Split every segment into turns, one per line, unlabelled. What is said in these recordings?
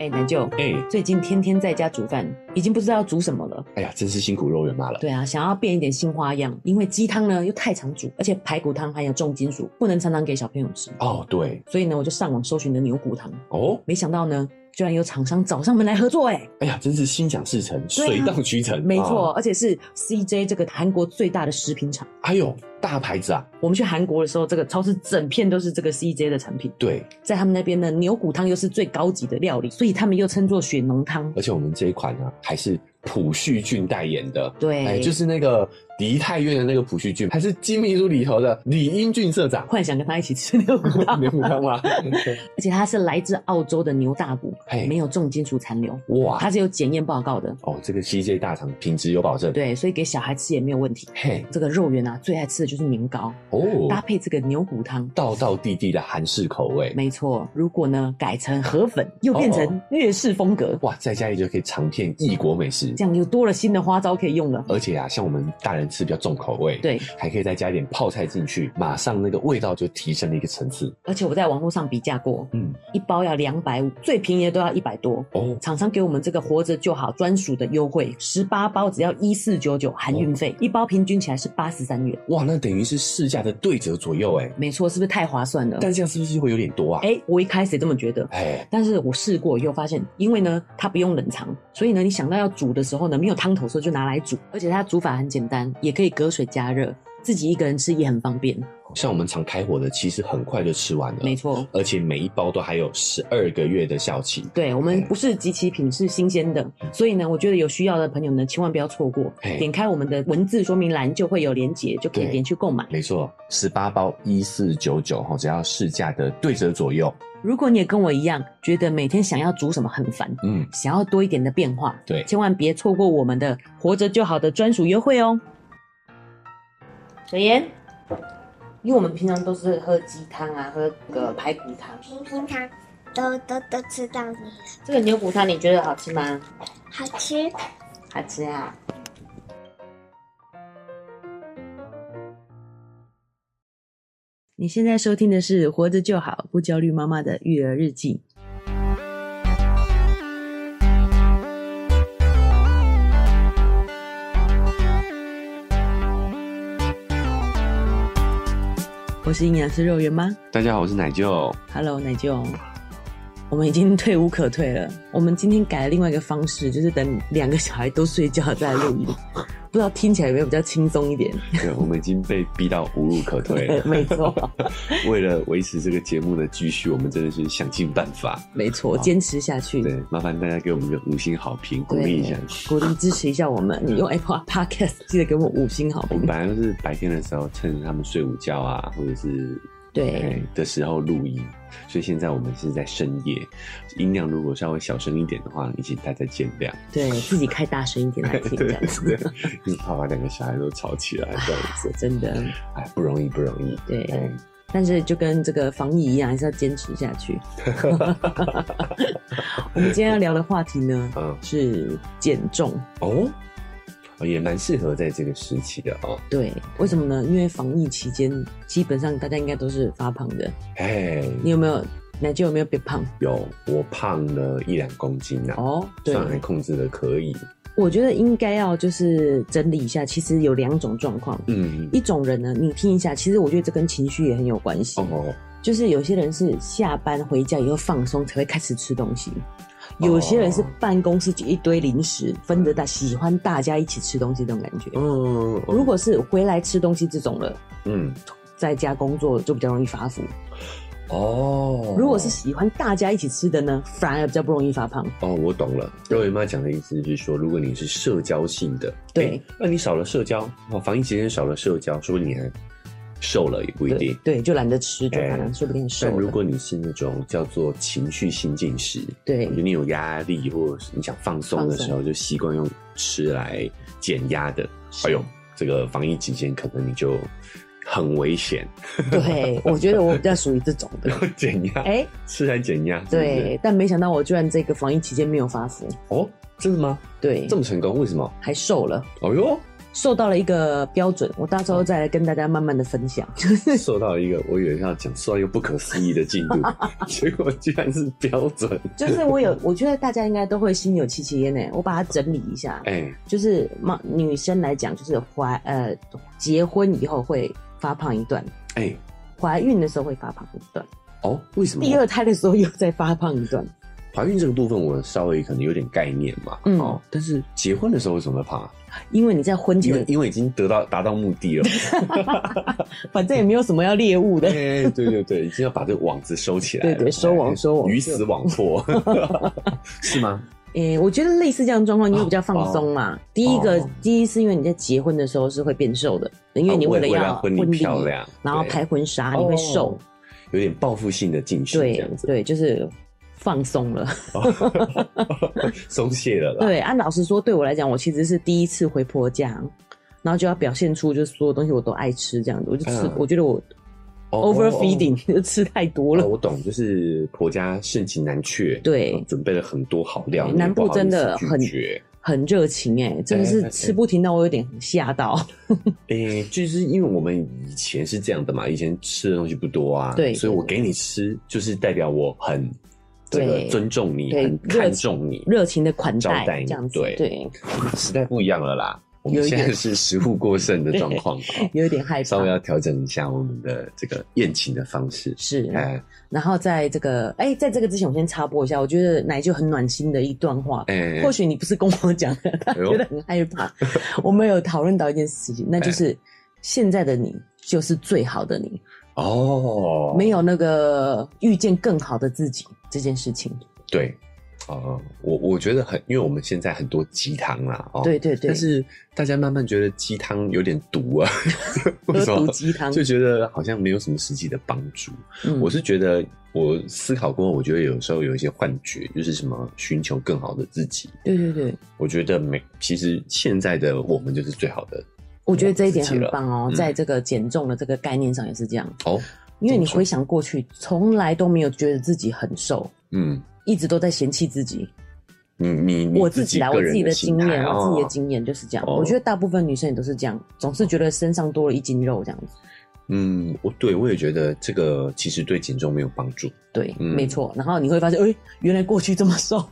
哎，南舅，
哎、
最近天天在家煮饭，已经不知道要煮什么了。
哎呀，真是辛苦肉圆妈了。
对啊，想要变一点新花样，因为鸡汤呢又太常煮，而且排骨汤含有重金属，不能常常给小朋友吃。
哦，对，
所以呢，我就上网搜寻的牛骨汤，
哦，
没想到呢，居然有厂商找上门来合作哎、
哎呀，真是心想事成，
啊
水到渠成。
没错，
啊
而且是 CJ 这个韩国最大的食品厂。
哎呦，大牌子啊，
我们去韩国的时候，这个超市整片都是这个 CJ 的产品，
对，
在他们那边呢，牛骨汤又是最高级的料理，所以他们又称作血浓汤。
而且我们这一款呢、还是朴叙俊代言的。
对，，
哎，就是那个梨泰院的那个朴叙俊，还是《金秘书》里头的李英俊社长，
幻想跟他一起吃牛骨汤
牛骨汤吗？
而且它是来自澳洲的牛大骨，
嘿
没有重金属残留，它
哇，
是有检验报告的，
哦，这个 CJ 大厂品质有保证。，
对，所以给小孩吃也没有问题。
嘿，
这个肉圆啊，最爱吃的就是年糕，
哦，
搭配这个牛骨汤。
道道地地的韩式口味。
没错，如果呢改成河粉，又变
哦
成粤式风格，
哇，在家里就可以尝遍异国美食
这。样又多了新的花招可以用了。
而且啊，像我们大人吃比较重口味，
对，
还可以再加一点泡菜进去，马上那个味道就提升了一个层次。
而且我在网络上比价过，
嗯，
一包要两百五，最便宜的都要一百多。
哦，
厂商给我们这个活着就好专属的优惠，十八包只要一四九九，含
哦
运费，一包平均起来是八十三元。
哇，那等于是市价的对折左右哎，
没错，是不是太划算了？
但这样是不是会有点多啊？
哎，我一开始也这么觉得，
哎，
但是我试过以后发现，因为呢它不用冷藏，所以呢你想到要煮的时候呢，没有汤头的时候就拿来煮，而且它煮法很简单，也可以隔水加热，自己一个人吃也很方便。
像我们常开火的，其实很快就吃完了，
没，错，
而且每一包都还有十二个月的效期。
对我们不是集齐品，是新鲜的，所以呢，我觉得有需要的朋友呢，千万不要错过，
嘿
点开我们的文字说明栏就会有连结，就可以
对
点去购买。
没错，十八包一四九九哈，只要市价的对折左右。
如果你也跟我一样，觉得每天想要煮什么很烦，
嗯，
想要多一点的变化，
对
千万别错过我们的“活着就好”的专属优惠哦。小妍，因为我们平常都是喝鸡汤啊，喝那个排骨汤，
平平常都都都吃到你了，
这个牛骨汤你觉得好吃吗？
好吃。
好吃啊！你现在收听的是《活着就好，不焦虑妈妈的育儿日记》。我是营养师肉圆妈
大家好，我是奶 舅。
，Hello 奶舅。我们已经退无可退了。我们今天改了另外一个方式，就是等两个小孩都睡觉再来录 音，不知道听起来有没有比较轻松一点？
对，我们已经被逼到无路可退了。
没错，
为了维持这个节目的继续，我们真的是想尽办法。
没错，坚持下去。
对，麻烦大家给我们一个五星好评，鼓
对
励一下。，
鼓励支持一下我们。你用 Apple Podcast 记得给我们五星好
我们
评。
本来都是白天的时候，趁着他们睡午觉啊，或者是
对
哎，的时候录音，所以现在我们是在深夜，音量如果稍微小声一点的话，你请大家见谅。
对，自己开大声一点 来听， 这样
对
子，，
因为怕把两个小孩都吵起来这样 子，
真的。
哎，不容易，不容易。
对
哎
但是就跟这个防疫一样，还是要坚持下 去。 我们今天要聊的话题呢
嗯，
是减重。
哦，哦也蛮适合在这个时期的哦。
对，为什么呢？因为防疫期间，基本上大家应该都是发胖的。
哎，
你有没有？奶舅有没有变胖？
有我胖了一两公斤啊，
哦，对，
算还控制的可以。
我觉得应该要就是整理一下。其实有两种状况，
嗯，
一种人呢，你听一下，其实我觉得这跟情绪也很有关系。
哦，
就是有些人是下班回家以后放松才会开始吃东西，有些人是办公室就一堆零食，分着大喜欢大家一起吃东西这种感觉。
嗯，
如果是回来吃东西这种了，
嗯
在家工作就比较容易发福。
哦，
如果是喜欢大家一起吃的呢，反而比较不容易发胖。
哦，我懂了。肉圆妈讲的意思是说，如果你是社交性的，
对
诶那你少了社交，哦，防疫期间少了社交，说不定你还瘦了也不一
对
定。
对，就懒得吃，就
哎
反而说不定瘦
但如
了。
果你是那种叫做情绪性进食，
对
我觉得你有压力或者是你想放松的时候，就习惯用吃来减压的。哎呦，这个防疫期间可能你就很危险，
对，我觉得我比较属于这种的。
减压，
哎，
吃来减压，是不是
对，但没想到我居然这个防疫期间没有发福，
哦，真的吗？
对
这，么成功，为什么？
还瘦了。
哦呦，
受到了一个标准，我到时候再来跟大家慢慢的分 享。
受到一个我以为要讲受到一个不可思议的进 度，结果居然是标准。
就是我有，我觉得大家应该都会心有戚戚焉呢。我把它整理一下，
哎、
就是嘛，女生来讲，就是怀呃结婚以后会发胖一段，
哎、
怀孕的时候会发胖一段，
哦，为什么？
第二胎的时候又再发胖一段。
怀孕这个部分我稍微可能有点概念嘛，
嗯
哦，但是结婚的时候为什么会胖啊？
因为你在婚
因为
前，
因为已经得到达到目的了，
反正也没有什么要猎物的，
哎、对对对，已经要把这个网子收起来了，哎
对对收网收网
鱼死网 破，是吗？
诶、我觉得类似这样的状况，你会比较放松嘛。第一个，
哦
第一是因为你在结婚的时候是会变瘦的，因为你为了
啊
要
婚礼漂亮，
然后
对
拍婚纱，你会瘦。
哦有点报复性的进行这
对
样子，
对，就是放松了。
松懈了啦。
对，按老实说，对我来讲，我其实是第一次回婆家，然后就要表现出就是所有东西我都爱吃这样子，我就吃，
嗯
我觉得我
哦，
overfeeding 就、吃太多
哦
了。
哦我懂，就是婆家盛情难却，
对
嗯准备了很多好料，
南部
你也不好意思
真的
拒
很
绝。
很热情哎、真的
哎哎
是
哎
吃不停到我有点吓到。
诶、就是因为我们以前是这样的嘛，以前吃的东西不多啊，
对
所以我给你吃，就是代表我很这个
对
尊重你，
对
很
热
看重你，
热情的款
招
待
待你
这样子，
对
对，
时代不一样了啦。我
有
们
一
现在
点
是食物过剩的状况，哦
有一点害怕。
稍微要调整一下我们的这个宴请的方式。
是，
哎
然后在这个，哎、在这个之前，我先插播一下，我觉得奶就很暖心的一段话。
哎，
或许你不是跟我讲的，他
哎呦
觉得很害 怕。我们有讨论到一件事情，那
哎
就是现在的你就是最好的你，
哦，
没有那个遇见更好的自己这件事情。
对，哦，我我觉得很，因为我们现在很多鸡汤啦，哦，
对对对，
但是大家慢慢觉得鸡汤有点毒啊， 为
喝
什
毒
么？
鸡汤，
就觉得好像没有什么实际的帮助。
嗯
我是觉得，我思考过，我觉得有时候有一些幻觉，就是什么寻求更好的自己。
对对对，
我觉得没，其实现在的我们就是最好的
我觉得这一点很棒哦
我自己，了嗯
在这个减重的这个概念上也是这样，
哦。
因为你
怎么说
回想过去，从来都没有觉得自己很瘦，
嗯，
一直都在嫌弃自己。
你你你
我自己啦，
个
我自
人
己的
心
经
态
验，
啊，
我自己的经验就是这样。
哦
我觉得大部分女生也都是这样，总是觉得身上多了一斤肉这样子。
嗯，我对我也觉得这个其实对减重没有帮助。
对，
嗯
没错。然后你会发现，哎、原来过去这么瘦，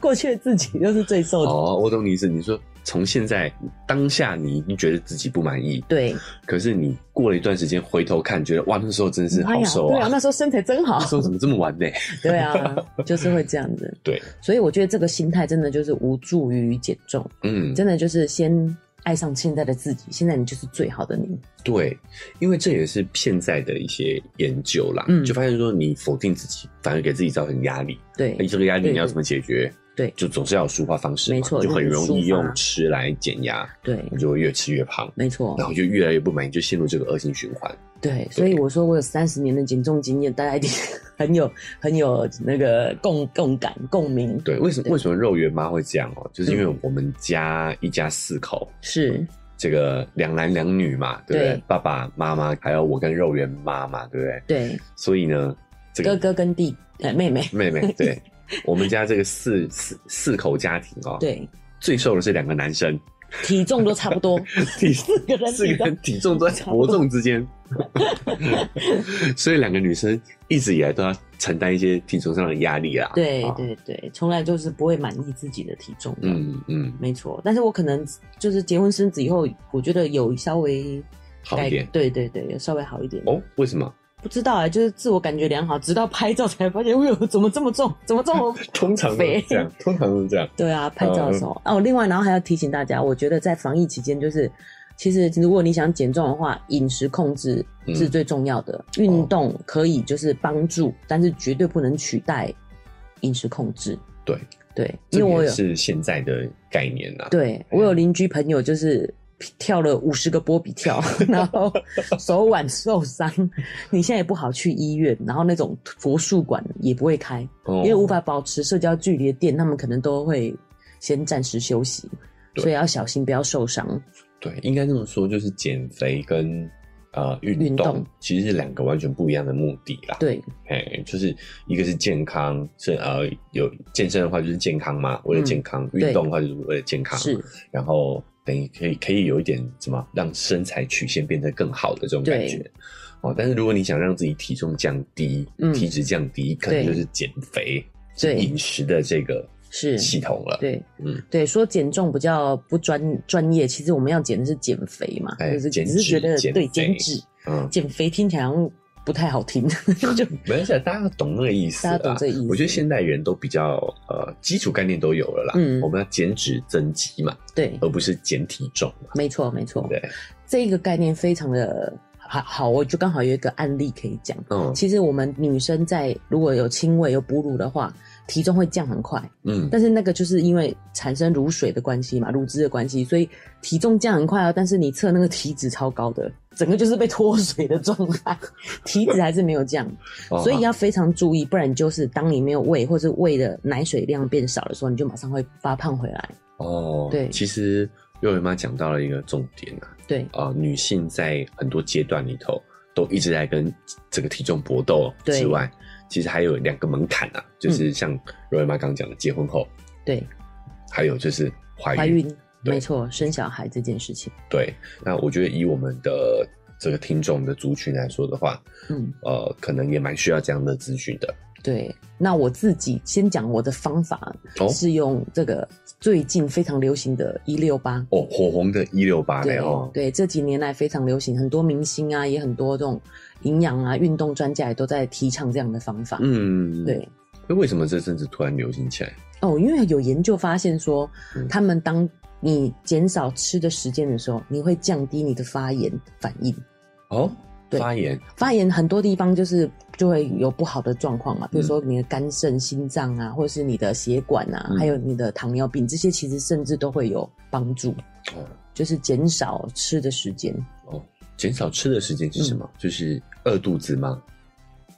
过去的自己就是最瘦的。
哦，我懂你意思。你说从现在当下，你已经觉得自己不满意，
对，
可是你过了一段时间回头看，觉得哇，那时候真是
妈
好
呀，
瘦
对啊，
啊，
那时候身材真好
那。时候怎么这么完 美？
对啊，就是会这样子。
对，
所以我觉得这个心态真的就是无助于减重，
嗯，
真的就是先爱上现在的自己，现在你就是最好的你。
对，因为这也是现在的一些研究啦，
嗯
就发现说你否定自己，反而给自己造成压力。
对
那，这个压力
对
你要怎么解决？
对
就总是要有抒发方式嘛，
没错
就很容易
就是抒发
用吃来减压，
对，
你就会越吃越胖，
没错。
然后就越来越不满意，就陷入这个恶性循环。
对，所以我说我有三十年的减重经验，大家一定 很有很有那个共共感共鸣。
对，为什么
对嗯
为什么肉圆妈会这样哦、就是因为我们家一家四口，
是，
这个两男两女嘛，对不对？
对
爸爸妈妈还有我跟肉圆妈妈，对不对？
对，
所以呢，这
哥
个嗯
哥跟弟呃妹妹，
妹妹，对我们家这个四四四口家庭哦、，
对，
最瘦的是两个男生，
体重都差不多，
体
四个人
四
体
个
重
人体重都在伯仲 之间， 所以两个女生一直以来都要承担一些体重上的压力啦。
对
啊，
对对，从来就是不会满意自己的体重的。
嗯嗯，
没错，但是我可能就是结婚生子以后，我觉得有稍微
好
改
一点
对对对，有稍微好一点。
哦，为什么？
不知道哎、就是自我感觉良好，直到拍照才发现，哎呦，怎么这么重，怎么这么
通常都是
肥
这样，通常都是这样。
对啊，拍照的时
嗯
候、哦。另外，然后还要提醒大家，我觉得在防疫期间，就是其实如果你想减重的话，饮食控制是最重要的，
嗯
运动可以就是帮助，但是绝对不能取代饮食控制。
对
对，
这
因为我
也
有
是嗯现在的概念啊啦。
对我有邻居朋友就是。跳了五十个波比 跳，然后手腕受伤，你现在也不好去医院，然后那种国术馆也不会开，
哦，
因为无法保持社交距离的店，他们可能都会先暂时休息，
对
所以要小心不要受伤。
对，应该这么说，就是减肥跟呃运
运
动
动
其实是两个完全不一样的目的啦。
对
哎，就是一个是健康，是呃有健身的话就是健康嘛，为了健康；
嗯
运
对
啊动的话就是为了健康。
是，
然后等于可以可以有一点怎么让身材曲线变得更好的这种感觉
对。
哦，但是如果你想让自己体重降低，
嗯
体脂降低，可能
对
就是减肥，
对
是饮食的这个
是
系统了。
对，
嗯，
对，说减重比较不专专业，其实我们要减的是减肥嘛，
哎
就是
减
只
脂
是觉得
减
对
肥
减脂
嗯，
减肥听起来好像不太好听， 就
没事，大家懂那个意思啦，
大家懂这个意思
我觉得现代人都比较呃基础概念都有了啦。
嗯
我们要减脂增肌嘛，
对，
而不是减体重嘛。
没错没错，
对，
这个概念非常的好好，我就刚好有一个案例可以讲。
嗯
其实我们女生在如果有亲喂有哺乳的话，体重会降很快，
嗯，
但是那个就是因为产生乳水的关系嘛，乳汁的关系，所以体重降很快啊。但是你测那个体脂超高的，整个就是被脱水的状态， 体脂还是没有降，
哦
所以要非常注意，不然就是当你没有喂或者喂的奶水量变少的时候，你就马上会发胖回来。
哦，
对
其实幼儿妈讲到了一个重点啊，
对，
呃，女性在很多阶段里头都一直在跟这个体重搏斗
对嗯
之外，其实还有两个门槛啊，就是像瑞妈刚讲的，结婚后，
对，
还有就是怀
怀
孕。
孕
对
没错，生小孩这件事情，
对，那我觉得以我们的这个听众的族群来说的话，
嗯。
呃，可能也蛮需要这样的资讯的。
对，那我自己先讲我的方法，
哦
是用这个最近非常流行的“一六八
哦，火红的一六八”，嘞
对
哦，
对，这几年来非常流行，很多明星啊，也很多这种营养啊、运动专家也都在提倡这样的方法。
嗯，
对。
那为什么这阵子突然流行起来？
哦，因为有研究发现说，
嗯
他们当你减少吃的时间的时候，你会降低你的发炎反应。
哦，
对
发炎，
发炎很多地方就是就会有不好的状况嘛，
嗯
比如说你的肝肾、心脏啊，或者是你的血管啊，
嗯
还有你的糖尿病，这些其实甚至都会有帮助，
哦
就是减少吃的时间，
哦，减少吃的时间是什
嗯
么？就是饿肚子吗？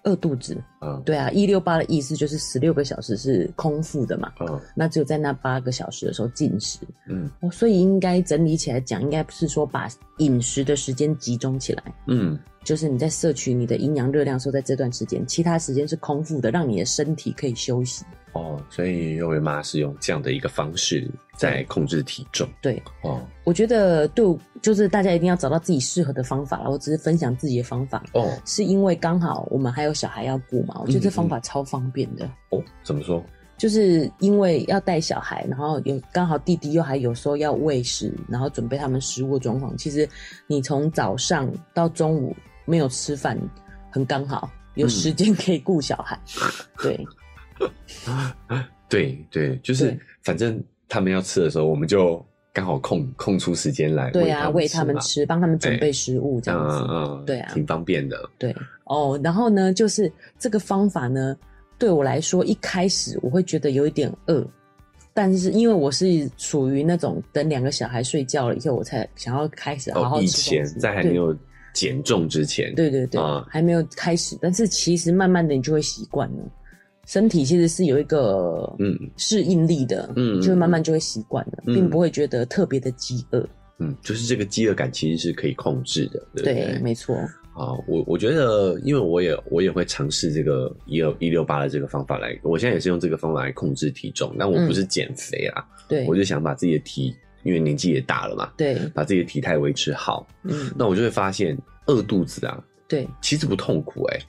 饿肚子。
啊，
对啊，一六八的意思就是十六个小时是空腹的嘛，
嗯
那只有在那八个小时的时候进食。
嗯
哦，所以应该整理起来讲，应该不是说把饮食的时间集中起来，
嗯，
就是你在摄取你的营养热量的时候，在这段时间，其他时间是空腹的，让你的身体可以休息。
哦，所以幼儿妈是用这样的一个方式在控制体重。
对，
哦
我觉得对我，就是大家一定要找到自己适合的方法啦。我只是分享自己的方法，
哦
是因为刚好我们还有小孩要顾嘛，我觉得这方法超方便的。
哦，怎么说？
就是因为要带小孩，然后有刚好弟弟又还有时候要喂食，然后准备他们食物的状况。其实你从早上到中午没有吃饭，很刚好有
嗯
时间可以顾小 孩。对
对对，就是
对
反正他们要吃的时候，我们就刚好空空出时间来
对啊，喂他
他
们
嘛，
吃，帮他们准备食物这样子。
嗯嗯，
对啊
挺方便的。
对哦，然后呢，就是这个方法呢，对我来说一开始我会觉得有一点饿，但是因为我是属于那种等两个小孩睡觉了以后，我才想要开始好好
哦以
吃
前
东西。
在还
对
没有减重之前，
对对对，
啊
还没有开始，但是其实慢慢的你就会习惯了，身体其实是有一个
嗯
适应力的，
嗯
就慢慢就会习惯了，
嗯
并不会觉得特别的饥饿。
嗯，就是这个饥饿感其实是可以控制的，对不
对，
对？
没错，
啊，我我觉得，因为我也我也会尝试这个一六一六八的这个方法来，我现在也是用这个方法来控制体重，但我不是减肥啊，
嗯对
我，就想把自己的体，因为年纪也大了嘛，
对，
把自己的体态维持好，
嗯，
那我就会发现饿肚子啊，
对
其实不痛苦哎、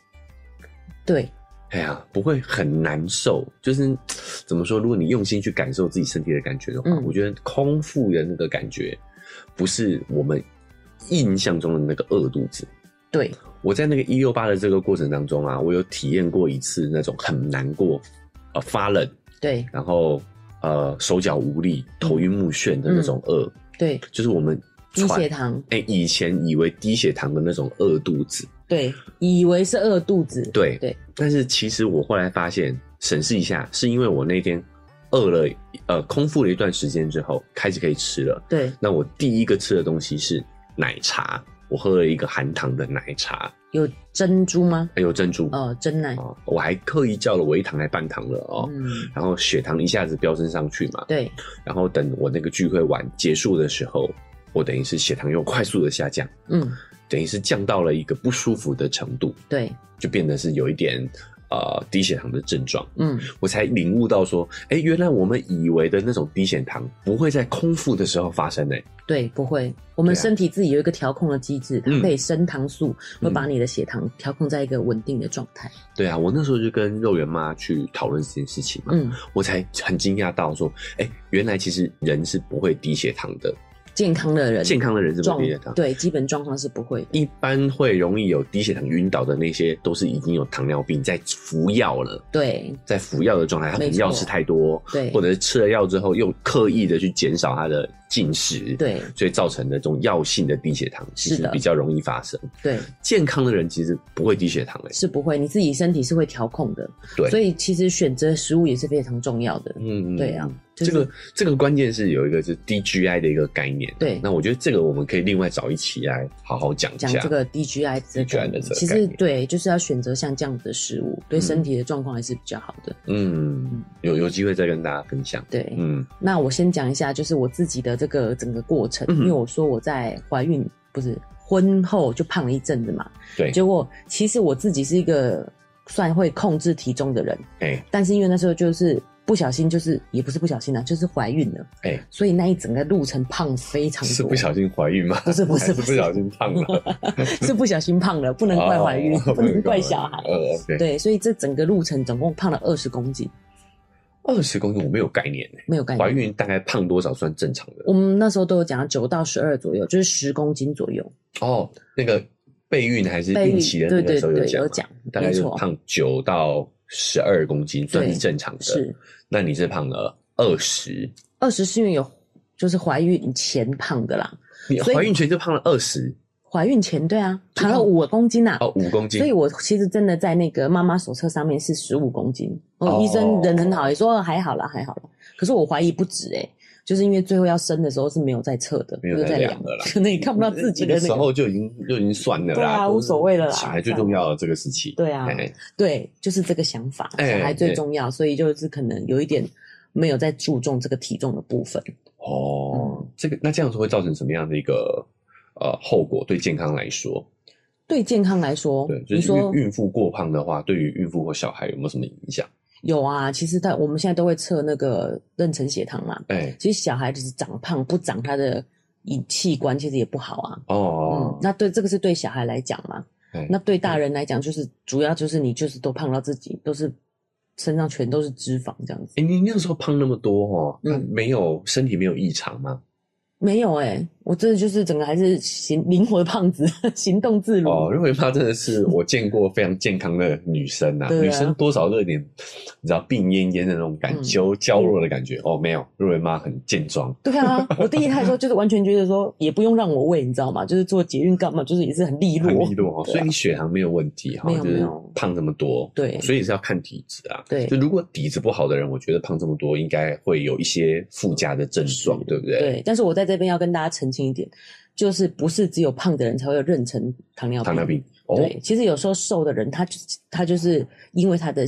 对
哎呀，不会很难受，就是怎么说？如果你用心去感受自己身体的感觉的话，
嗯
我觉得空腹的那个感觉，不是我们印象中的那个饿肚子。
对，
我在那个一六八的这个过程当中啊，我有体验过一次那种很难过，呃，发冷，
对
然后呃手脚无力、
嗯
头晕目眩的那种饿，
对，
就是我们
嗯低
传
血糖，
哎、以前以为低血糖的那种饿肚子，
对，以为是饿肚子，
对
对
但是其实我后来发现，审视一下，是因为我那天饿了，呃，空腹了一段时间之后，开始可以吃了。
对，
那我第一个吃的东西是奶茶，我喝了一个含糖的奶茶，
有珍珠吗？
还有珍珠。
哦，真奶，
哦，我还刻意叫了微糖来半糖了哦，
嗯，
然后血糖一下子飙升上去嘛，
对，
然后等我那个聚会完结束的时候，我等于是血糖又快速的下降，
嗯，
等于是降到了一个不舒服的程度，
对
就变得是有一点呃低血糖的症状，
嗯，
我才领悟到说，哎、原来我们以为的那种低血糖不会在空腹的时候发生诶、
对，不会，我们
对啊
身体自己有一个调控的机制，它
嗯
可以升糖素，会把你的血糖调控在一个稳定的状态。
对啊，我那时候就跟肉圆妈去讨论这件事情嘛，
嗯，
我才很惊讶到说，哎、原来其实人是不会低血糖的，
健康的人，
健康的人是不
状
会低血糖。
对基本状况是不会的。
一般会容易有低血糖晕倒的那些，都是已经有糖尿病在服药了，
对
在服药的状态，他可能
没错
药吃太多，
对
或者是吃了药之后又刻意的去减少他的进食，，
对
所以造成的这种药性的低血糖其
是
实
的
比较容易发生。
对，
健康的人其实不会低血糖诶、
是不会，你自己身体是会调控的。
对
所以其实选择食物也是非常重要的。
嗯，
对啊，就
这
是
个这个关键是有一个是 DGI 的一个概念，
对
那我觉得这个我们可以另外找一期来好好讲一
讲
下。
这个 DGI 这
DGI 的这个
其
概
实
念
对，就是要选择像这样子的食物，对
嗯
身体的状况还是比较好的。
嗯，有有机会再跟大家分享。
对，
嗯
那我先讲一下，就是我自己的这个整个过程，
嗯哼
因为我说我在怀孕不是婚后就胖了一阵子嘛，
对
结果其实我自己是一个算会控制体重的人，
哎
但是因为那时候就是不小心，就是也不是不小心啊，就是怀孕了，
哎、
所以那一整个路程胖非常多，
是不小心怀孕吗？
不是不是
还
不
不
是
小心胖了，
是不小心胖了，不能怪怀孕，
哦
不能怪小孩。
呃，OK，
对，所以这整个路程总共胖了二十公斤，
二十公斤我没有概念欸
没有概念。
怀孕大概胖多少算正常的？
我们那时候都有讲九到十二左右，就是十公斤左右。
哦，那个备孕还是
备
孕
孕
期的
对
那个
对
时候
对
讲
有
嘛，
讲，
大
没
概就是
错
胖九到十二公斤算
对
是正常的。
是，
那你是胖了二十，
二十是因为有就是怀孕前胖的啦，
你
所以
怀孕前就胖了二十
怀孕前对啊，
就胖
胖了五公斤啊。
哦，五公斤，
所以，我其实真的在那个妈妈手册上面是十五公斤，哦，
哦
医生人很好，也说还好啦，还好啦。可是我怀疑不止诶、就是因为最后要生的时候是没有在测的，
没有在
在
量的啦
可能也看不到自己的
那个时候就已经就已经算了啦，
对啊
都是
无所谓了啦
小孩最重要的这个时期，
对啊
哎
对，就是这个想法，小
哎
孩最重要，所以就是可能有一点没有在注重这个体重的部分。
哦，
嗯
这个那这样子会造成什么样的一个呃后果？对健康来说，
对健康来说，
对，就
你
是
说
孕孕妇过胖的话，对于孕妇或小孩有没有什么影响？
有啊，其实他我们现在都会测那个妊娠血糖嘛。
哎、
其实小孩子长胖不长他的以器官，其实也不好啊。嗯
哦，，
那对这个是对小孩来讲嘛，
哎
那对大人来讲就是主要就是你就是都胖到自己都是身上全都是脂肪这样子。
哎、你那个时候胖那么多哦，那
嗯
没有身体没有异常吗？
没有哎、我真的就是整个还是行灵活的胖子， 行动自如。
哦，肉圆妈真的是我见过非常健康的女生呐、
对啊
女生多少都有点，你知道病恹恹的那种感
嗯
觉，娇弱的感觉。哦，没有，肉圆妈很健壮。
对 啊，我第一胎的时候就是完全觉得说也不用让我喂，你知道吗？就是做捷运干嘛，就是也是很利落。
很利落哦，
对啊
所以你血糖没有问题哈、
没有
就
没
是
有
胖这么多，哦
对
所以是要看体质啊。
对
就如果底子不好的人，我觉得胖这么多应该会有一些附加的症状，对不对？，
对，但是我在这边要跟大家澄清一点，就是不是只有胖的人才会有妊娠糖尿病。
糖尿病哦，
对，其实有时候瘦的人，他就他就是因为他的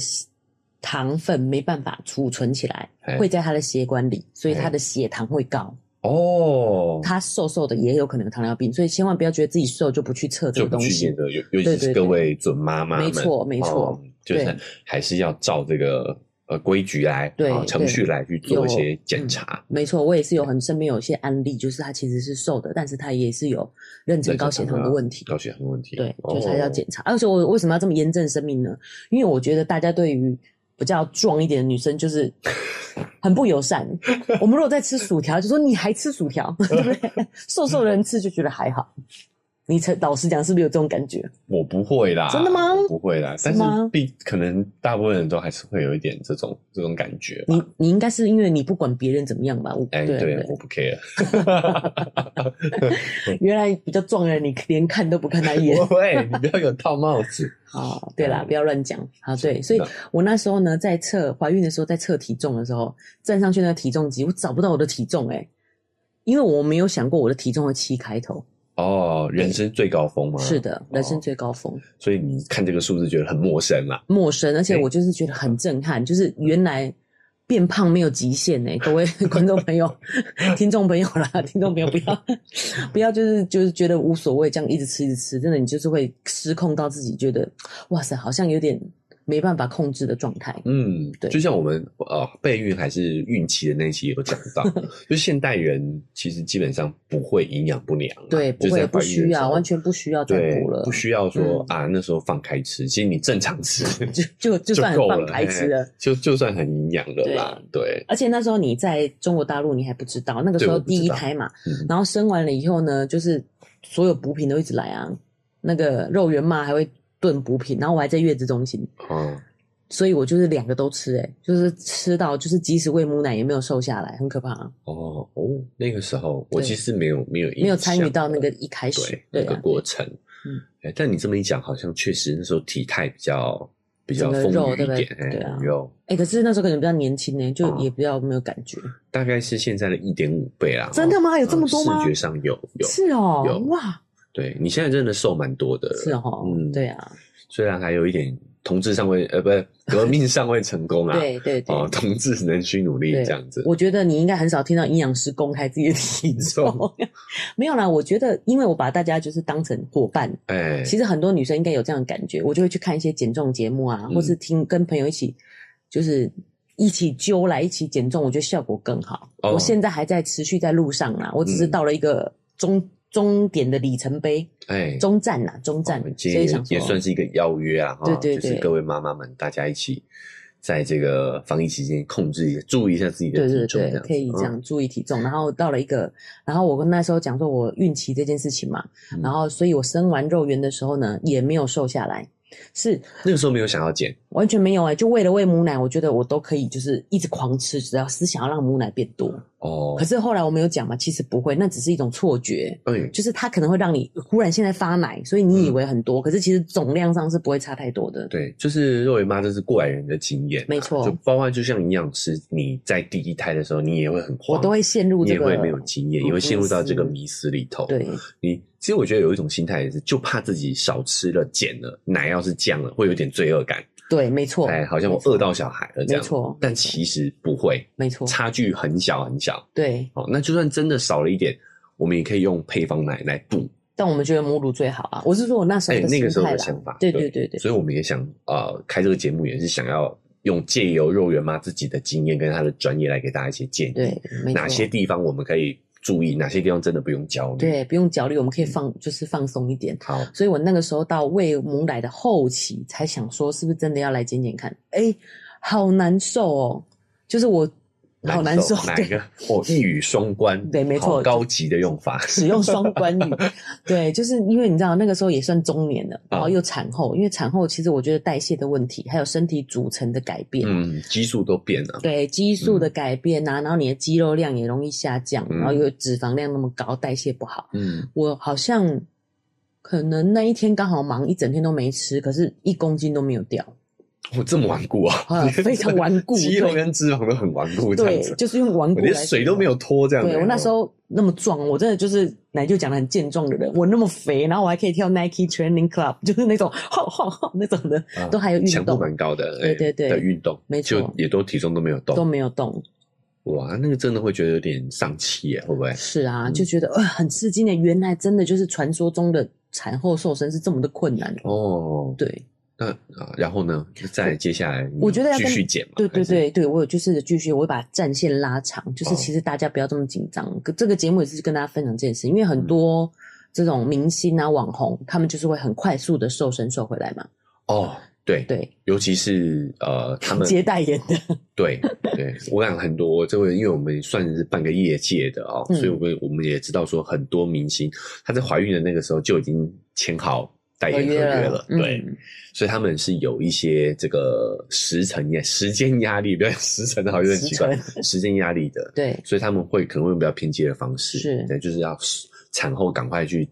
糖分没办法储存起来
哎，
会在他的血管里，所以
哎
他的血糖会高。
哦，
他瘦瘦的也有可能有糖尿病，所以千万不要觉得自己瘦就不去测这
就
个
不
东
去
西
验。的，尤尤其
对
是
对
各
对
位准妈妈们，
没错没错
哦就是
对
还是要照这个呃规矩来，
对嗯
哦程
对
序来去做一
有
些检查。
没错，我也是有很身边有一些案例，就是他其实是瘦的，但是他也是有妊
妊娠
娠高血
糖
糖的
啊
问题。
高血糖的问题，
对，就是还
哦
是要检查。而且我为什么要这么严正声明呢？因为我觉得大家对于比较壮一点的女生就是很不友善。我们如果在吃薯条，就说你还吃薯条， 对不对？瘦瘦的人吃就觉得还好。你才老实讲，是不是有这种感觉？
我不会啦，
真的吗
我不会啦，
是
但是
吗
必可能大部分人都还是会有一点这种这种感觉吧。
你你应该是因为你不管别人怎么样吧？我
哎，
对啊
对，我 不 care，
原来比较壮的人，你连看都不看他一眼
不。会，你不要给我套帽子。
哦，对啦，
嗯
不要乱讲。好，对，所以
那
我那时候呢，在测怀孕的时候，在测体重的时候，站上去那个体重机，我找不到我的体重哎、因为我没有想过我的体重会七开头。
哦，人生最高峰吗？
是，的，人生
哦
最高峰，
所以你看这个数字觉得很陌生啦。
陌生，而且
哎
我就是觉得很震撼，就是原来。变胖没有极限呢、欸 各位观众朋友、听众朋友啦，听众朋友不 要不要就是就是觉得无所谓，这样一直吃一直吃，真的你就是会失控到自己觉得哇塞，好像有点没办法控制的状态。
嗯，
对
就像我们呃备孕还是孕期的那一期有讲 到，就现代人其实基本上不会营养不良啊、
对，不
就在
会
怀
不
孕的
需
时
要，
候
完全不需要再
对
补了，嗯
不需要说、啊那时候放开吃，其实你正常 吃
就就就算
够
放
了，
开吃
嘿
了。
就就算很营养了啦，对，
而且那时候你在中国大陆，你还不知道，那个时
对
候
我不
第一
知道
胎嘛，
嗯
然后生完了以后呢，就是所有补品都一直来啊，那个肉圆妈还会炖补品，然后我还在月子中心，
哦，
所以我就是两个都吃、欸，就是吃到就是即使喂母奶也没有瘦下来，很可怕、啊，
哦哦，那个时候我
对
其实没有没有
没有参
印
与
象
到那
的
个一开始
对，
对
那个
啊，
过程。
嗯
哎，但你这么一讲，好像确实那时候体态比较比较
整个
丰
肉
腴
对不
一
对
点，哎
对啊
肉
哎、可是那时候可能比较年轻呢、就
哦
也比较没有感觉，
大概是现在的一点五倍啦。
真的吗？有
有
这么多吗
视？觉上有有，
是哦
有，
哇，
对你现在真的瘦蛮多的，
是哦，
嗯
对啊，
虽然还有一点同志尚未呃，不是革命尚未成功啊，
对对对。
哦，同志仍需努力
对
这样子。
我觉得你应该很少听到营养师公开自己的体重，没有啦。我觉得，因为我把大家就是当成伙伴，
哎，
其实很多女生应该有这样的感觉，我就会去看一些减重节目啊，
嗯
或是听跟朋友一起，就是一起揪来一起减重，我觉得效果更好。
哦
我现在还在持续在路上啦，我只是
嗯
到了一个终、终点的里程碑，
哎，
终站啦，终站，
我们
所
今天
以想说
也也算是一个邀约啊，哈，
对对
就
对
是各位妈妈们，大家一起在这个防疫期间控制一下，注意一下自己的
对
体
对
重，
对，可以这
这样子。嗯
样注意体重。然后到了一个，然后我跟那时候讲说我孕期这件事情嘛，
嗯
然后所以我生完肉圆的时候呢，也没有瘦下来，是
嗯那个时候没有想要减，
完全没有哎、就为了喂母奶，我觉得我都可以就是一直狂吃，只要是想要让母奶变多。
哦
可，是后来我们有讲嘛，其实不会，那只是一种错觉。
哎，
就是它可能会让你忽然现在发奶，所以
嗯
你以为很多，可是其实总量上是不会差太多的。
对，就是肉圆妈这是过来人的经验啊，
没错
就包括就像营养师，你在第一胎的时候，你也会很慌，
我都会陷入
你
这
也
个
会没有经验，
嗯
也会陷入到这个
迷
迷思里头。
思。对，
你其实我觉得有一种心态也是，就怕自己少吃了、减了，奶要是降了，会有点罪恶感，
对，没错。
哎，好像我
没错
饿到小孩了这样。
没错
但
没错
其实不会，
没错，
差距很小很小。
对。
哦，那就算真的少了一点，我们也可以用配方奶来补。
但我们觉得母乳最好啊。我是说我那时候
哎，
的
那
心
个时候
态
的
啦。
想法，
对对对对，
所以我们也想呃，开这个节目也是想要用借由肉圆妈自己的经验跟她的专业来给大家一些建议，
对，没错
哪些地方我们可以注意，哪些地方真的不用焦虑。，
对不用焦虑，我们
嗯
可以放就是放松一点。
好，
所以我那个时候到喂母奶的后期，才想说是不是真的要来减减看？哎，好难受哦，就是我好难受，
哪一
对，
个？哦，一语双关，
对没错
好高级的用法。
使用双关 语，对，就是因为你知道那个时候也算中年了，然后
啊
又产后，因为产后其实我觉得代谢的问题，还有身体组成的改变，
嗯，激素都变了。
对激素的改变啊，然后你的肌肉量也容易下降，
嗯
然后又脂肪量那么高，代谢不好。
嗯，
我好像可能那一天刚好忙，一整天都没吃，可是一公斤都没有 掉，
我、这么顽固啊
啊，非常顽固
肌肉
对
跟脂肪都很顽固，这
对
样子，，
就是用顽
我
固
连
来
水都没有脱这样子。哦
对我那时候那么壮，我真的就是奶就讲的很健壮的人，我那么肥，然后我还可以跳 Nike Training Club，就是那种 晃晃晃那种的，
啊
都还有运
强度
动
蛮高的，
对对
哎
对
的运动，
没错
就也都体重都没有
都
动。
没有动。
哇，那个真的会觉得有点丧气耶，会不会？
是啊，
嗯
就觉得呃很吃惊的，原来真的就是传说中的产后瘦身是这么的困难。
哦，
对，
那啊，然后呢？再接下来，
我觉得要
继
跟
续减嘛。
对对
还是，
对对，我有就是继续，我会把战线拉长，就是
哦
其实大家不要这么紧张。可这个节目也是跟大家分享这件事，因为很多这种明星啊、网红，他们就是会很快速的瘦身瘦回来嘛。
哦，对，
对，
尤其是呃，他们
接代言的，
对对，我想很多这位，因为我们算是半个业界的哦，
嗯
所以我们我们也知道说，很多明星她在怀孕的那个时候就已经签好代言合约了，对，
嗯
所以他们是有一些这个时辰也时间压力，不要时辰好像有点奇怪，时间压力的，
对
所以他们会可能会用比较偏激的方式，
是
对，就是要产后赶快去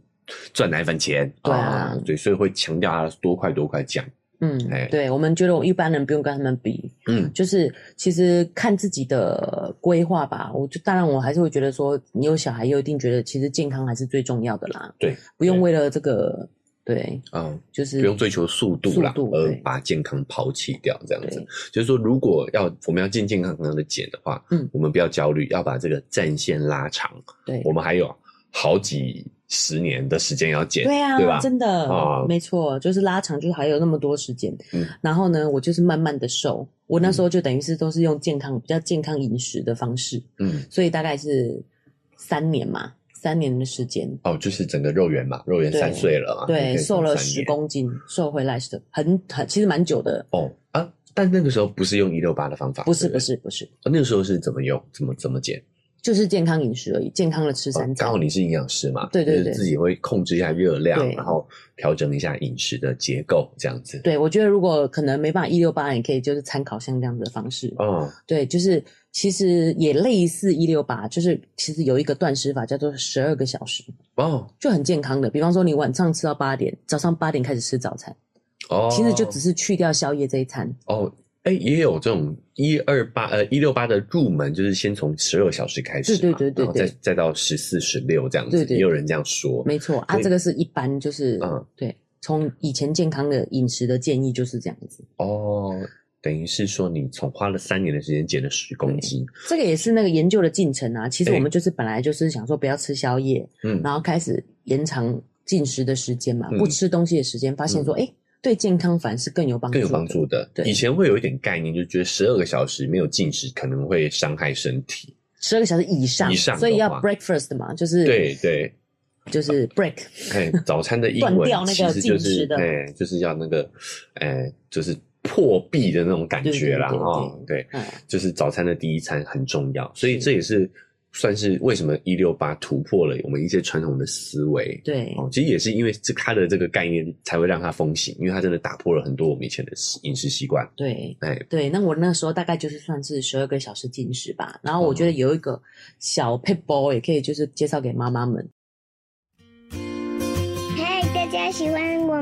赚奶粉钱，哦
对啊
对，所以会强调啊多快多快讲，
嗯
哎，
对，我们觉得我们一般人不用跟他们比，
嗯，
就是其实看自己的规划吧。我就当然我还是会觉得说，你有小孩又一定觉得其实健康还是最重要的啦，
对，
不用
对
为了这个对，
嗯。
就是
不用追求速度啦，
速度
而
对
把健康抛弃掉，这样子
对。
就是说，如果要我们要健健康康的减的话，
嗯
我们不要焦虑，要把这个战线拉长。
对
我们还有好几十年的时间要减，
对啊，
对吧？
真的，
啊
没错，就是拉长，就是还有那么多时间。
嗯
然后呢，我就是慢慢的瘦，我那时候就等于是都是用健康、比较健康饮食的方式，
嗯，
所以大概是三年嘛，三年的时间，
哦，就是整个肉圆嘛，肉圆
对
三岁了嘛，
对，
就可以
瘦了
啊算三
十
年
公斤，瘦回来是很很，其实蛮久的。
哦啊！但那个时候不是用一六八的方法，
不是
对
不
对，
是不是，
哦那个时候是怎么用，怎么怎么减？
就是健康饮食而已，健康的吃
哦
三餐。
刚好你是营养师嘛，
对对
就是
对
自己会控制一下热量
对，
然后调整一下饮食的结构，这样子。，
对，我觉得如果可能没办法一六八，你可以就是参考像这样子的方式。
哦，
对，就是其实也类似一六八，就是其实有一个断食法叫做十二个小时，
哦，
就很健康的。比方说你晚上吃到八点，早上八点开始吃早餐，
哦，
其实就只是去掉宵夜这一餐。
哦，哎，也有这种一二八呃一六八的入门，就是先从十二小时开始嘛，
对对对对
然后
对
再再到十四十六这样子，
对对
也有人这样说，
没错啊，
所以
这个是一般就是、
嗯
对，从以前健康的饮食的建议就是这样子。
哦，等于是说你从花了三年的时间减了十公斤，
这个也是那个研究的进程啊。其实
对
我们就是本来就是想说不要吃宵夜，
嗯，
然后开始延长进食的时间嘛，
嗯
不吃东西的时间，发现说，哎、对健康反而是更有帮助，
更有帮。助的。
对
以前会有一点概念，就觉得十二个小时没有进食可能会伤害身体。
十二个小时以上，
以上的话
所以要 breakfast 嘛，就是
对对，
就是 break，
哎，早餐的英
断
文
掉那
其
个
实就
进食
是
的
哎，就是要那个，哎，就是破壁的那种感觉啦，
对对对
哦，对，
嗯，
就是早餐的第一餐很重要，所以
是
这也是算是为什么一六八突破了我们一些传统的思维。
对，
哦，其实也是因为这它的这个概念才会让它风行，因为它真的打破了很多我们以前的饮食习惯。
对。
哎，
对，那我那时候大概就是算是十二个小时进食吧。然后我
哦
觉得有一个小 p e b l e 也可以就是介绍给妈妈们。
嗨，大家喜欢我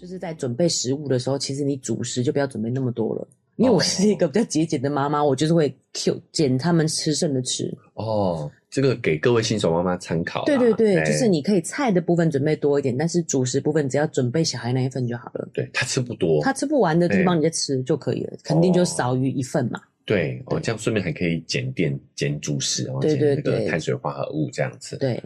就是在准备食物的时候，其实你主食就不要准备那么多了，因为我是一个比较节俭的妈妈，我就是会 Q 减他们吃剩的吃。
哦，这个给各位新手妈妈参考啦。
对对对，
哎
就是你可以菜的部分准备多一点，但是主食部分只要准备小孩那一份就好了。
对他吃不多，
他吃不完的地
哎
方你再吃就可以了，肯定就
哦
少于一份嘛。
对哦，
对
这样顺便还可以减电、减主食哦，
对对
减那个
对
碳水化合物这样子。
对，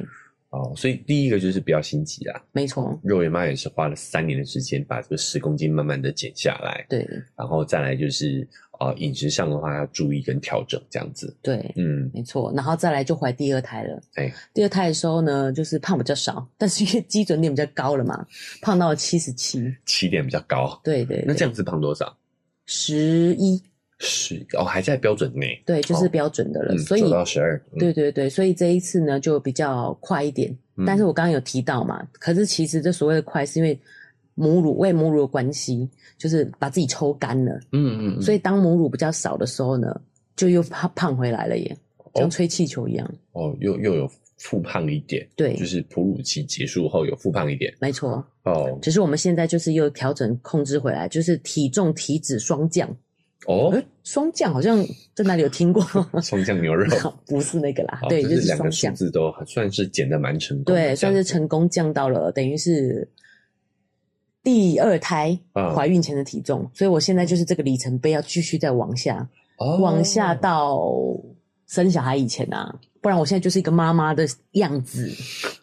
哦，所以第一个就是不要心急啦。
没错，
肉圆妈也是花了三年的时间把这个十公斤慢慢的减下来。
对
然后再来就是呃饮食上的话要注意跟调整这样子。
对，
嗯，
没错。然后再来就怀第二胎了。
哎，
第二胎的时候呢，就是胖比较少，但是因为基准点比较高了嘛，胖到七十七。
起点比较高，
对对，
那这样子胖多少？
十一，
十哦，还在标准内，
对，就是
哦
标准的了。
嗯，
所以
九到十二，嗯，
对对对，所以这一次呢就比较快一点。
嗯
但是我刚刚有提到嘛，可是其实这所谓的快，是因为母乳喂母乳的关系，就是把自己抽干了。
嗯嗯嗯，
所
以
以当母乳比较少的时候呢，就又胖胖回来了耶，像吹气球一样。
哦又又有复胖一点，
对
就是哺乳期结束后有复胖一点
没错，
哦
只是我们现在就是又调整控制回来，就是体重体脂双降。
哦
诶，双降好像在哪里有听过？
葱酱牛肉。
不是那个啦，
哦
对，
这
就是
两
双
个数
降，
字都算是减的蛮成功的这样
对，
子，
算是成功降到了，等于是第二胎
嗯
怀孕前的体重，所以我现在就是这个里程碑要继续再往下，
哦
往下到生小孩以前啊，不然我现在就是一个妈妈的样子，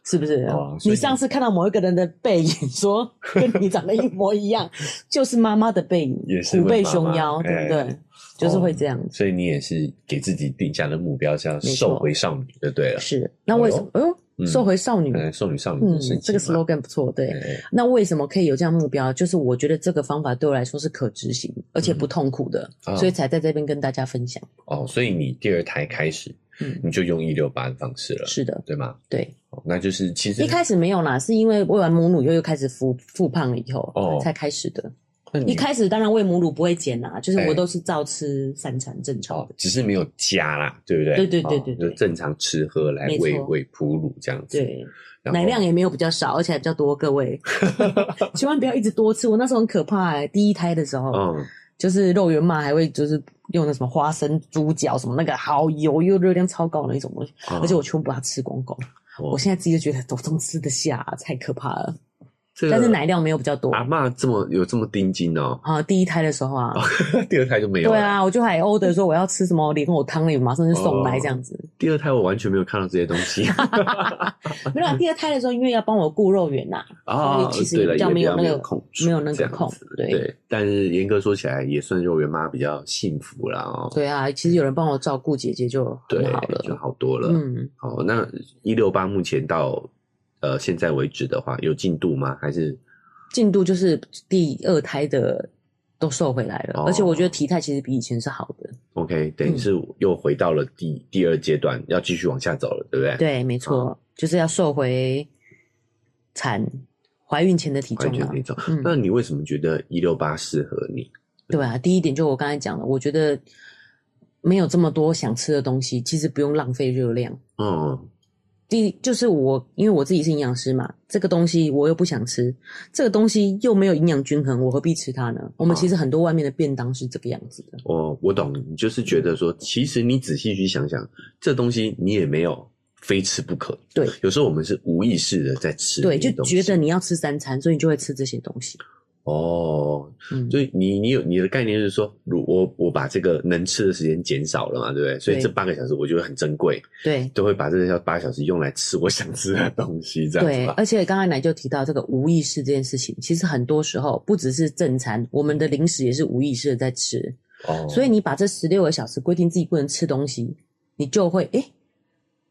是不是？
哦所
你
以你
上次看到某一个人的背影，说跟你长得一模一 样，就是妈妈的背影，
也是
虎背
会妈妈
熊腰，对
哎
不对？就是会这样子。
所以你也是给自己定下的目标是要
没错
瘦回少女，就对了。
是，那为什么？哎呦，
嗯
瘦回少女，
嗯，少女少女
嗯
的身，
这个
形嘛
slogan 不错，对。
哎
那为什么可以有这样目标？就是我觉得这个方法对我来说是可执行，而且不痛苦的，
啊
所以才在这边跟大家分享。
哦，所以你第二胎开始
嗯，
你就用一六八的方式了，
是的，
对吗？
对。
哦那就是其实
一开始没有啦，是因为喂完母乳又又开始复复胖了以后，
哦
才开始的。
那你
一开始当然喂母乳不会减啊，就是
哎
我都是照吃三餐正常
哦
的，，
只是没有加啦，对不对？
对对对
哦
对对
就正常吃喝来
没错
喂喂哺乳这样子。
对，
然后
奶量也没有比较少，而且还比较多。各 位，千万不要一直多吃，我那时候很可怕哎、第一胎的时候，
嗯，
就是肉圆妈还会就是用那什么花生、猪脚什么那个好油又热量超高的那种东西，
哦
而且我全部把它吃光光。
哦
我现在自己就觉得都能吃得下，太可怕了。
这个
但是奶量没有比较多
阿
啊、
嬷这么有这么盯紧哦，
第一胎的时候啊，
第二胎就没有。
对，啊，我就还 order 说我要吃什么莲藕汤里，马上就送来这样 子。
第二胎我完全没有看到这些东 西。
没有啊第二胎的时候，因为要帮我顾肉圆呐、
啊，
所以其实
对了，
比较
也
没有那个
有空出，
没有那个
这样子
空对
对，但是严格说起来，也算肉圆妈比较幸福啦哦。
对啊，其实有人帮我照顾姐姐就
对
很好
就
了。
好多了。
嗯，
好，那一六八目前到呃现在为止的话，有进度吗？还是
进度就是第二胎的都瘦回来了，
哦
而且我觉得体态其实比以前是好的。
OK？等于
嗯
是又回到了第、第二阶段，要继续往下走了，对不对？，
对，没错，就是要瘦回产怀孕前的体
完
重
全
啊
可。以走。
嗯
那你为什么觉得一六八适合你？
对啊，第一点就我刚才讲的，我觉得没有这么多想吃的东西，其实不用浪费热量。
嗯，
第一就是我，因为我自己是营养师嘛，这个东西我又不想吃，这个东西又没有营养均衡，我何必吃它呢？我
啊
们其实很多外面的便当是这个样子的，
哦我我懂，你就是觉
嗯
得说，其实你仔细去想想，这东西你也没有非吃不可。
对
有时候我们是无意识的在吃这
对，
些
就
东西，
觉得你要吃三餐，所以你就会吃这些东西。
哦，
嗯，
所以你你有你的概念就是说，如我我把这个能吃的时间减少了嘛，对不对？所以
对
这八个小时我觉得很珍贵，
对
都会把这个八个小时用来吃我想吃的东西，这样
对
子，吧。
而且刚才奶就提到这个无意识这件事情，其实很多时候不只是正餐，我们的零食也是无意识的在吃。
哦，
所以你把这十六个小时规定自己不能吃东西，你就会诶、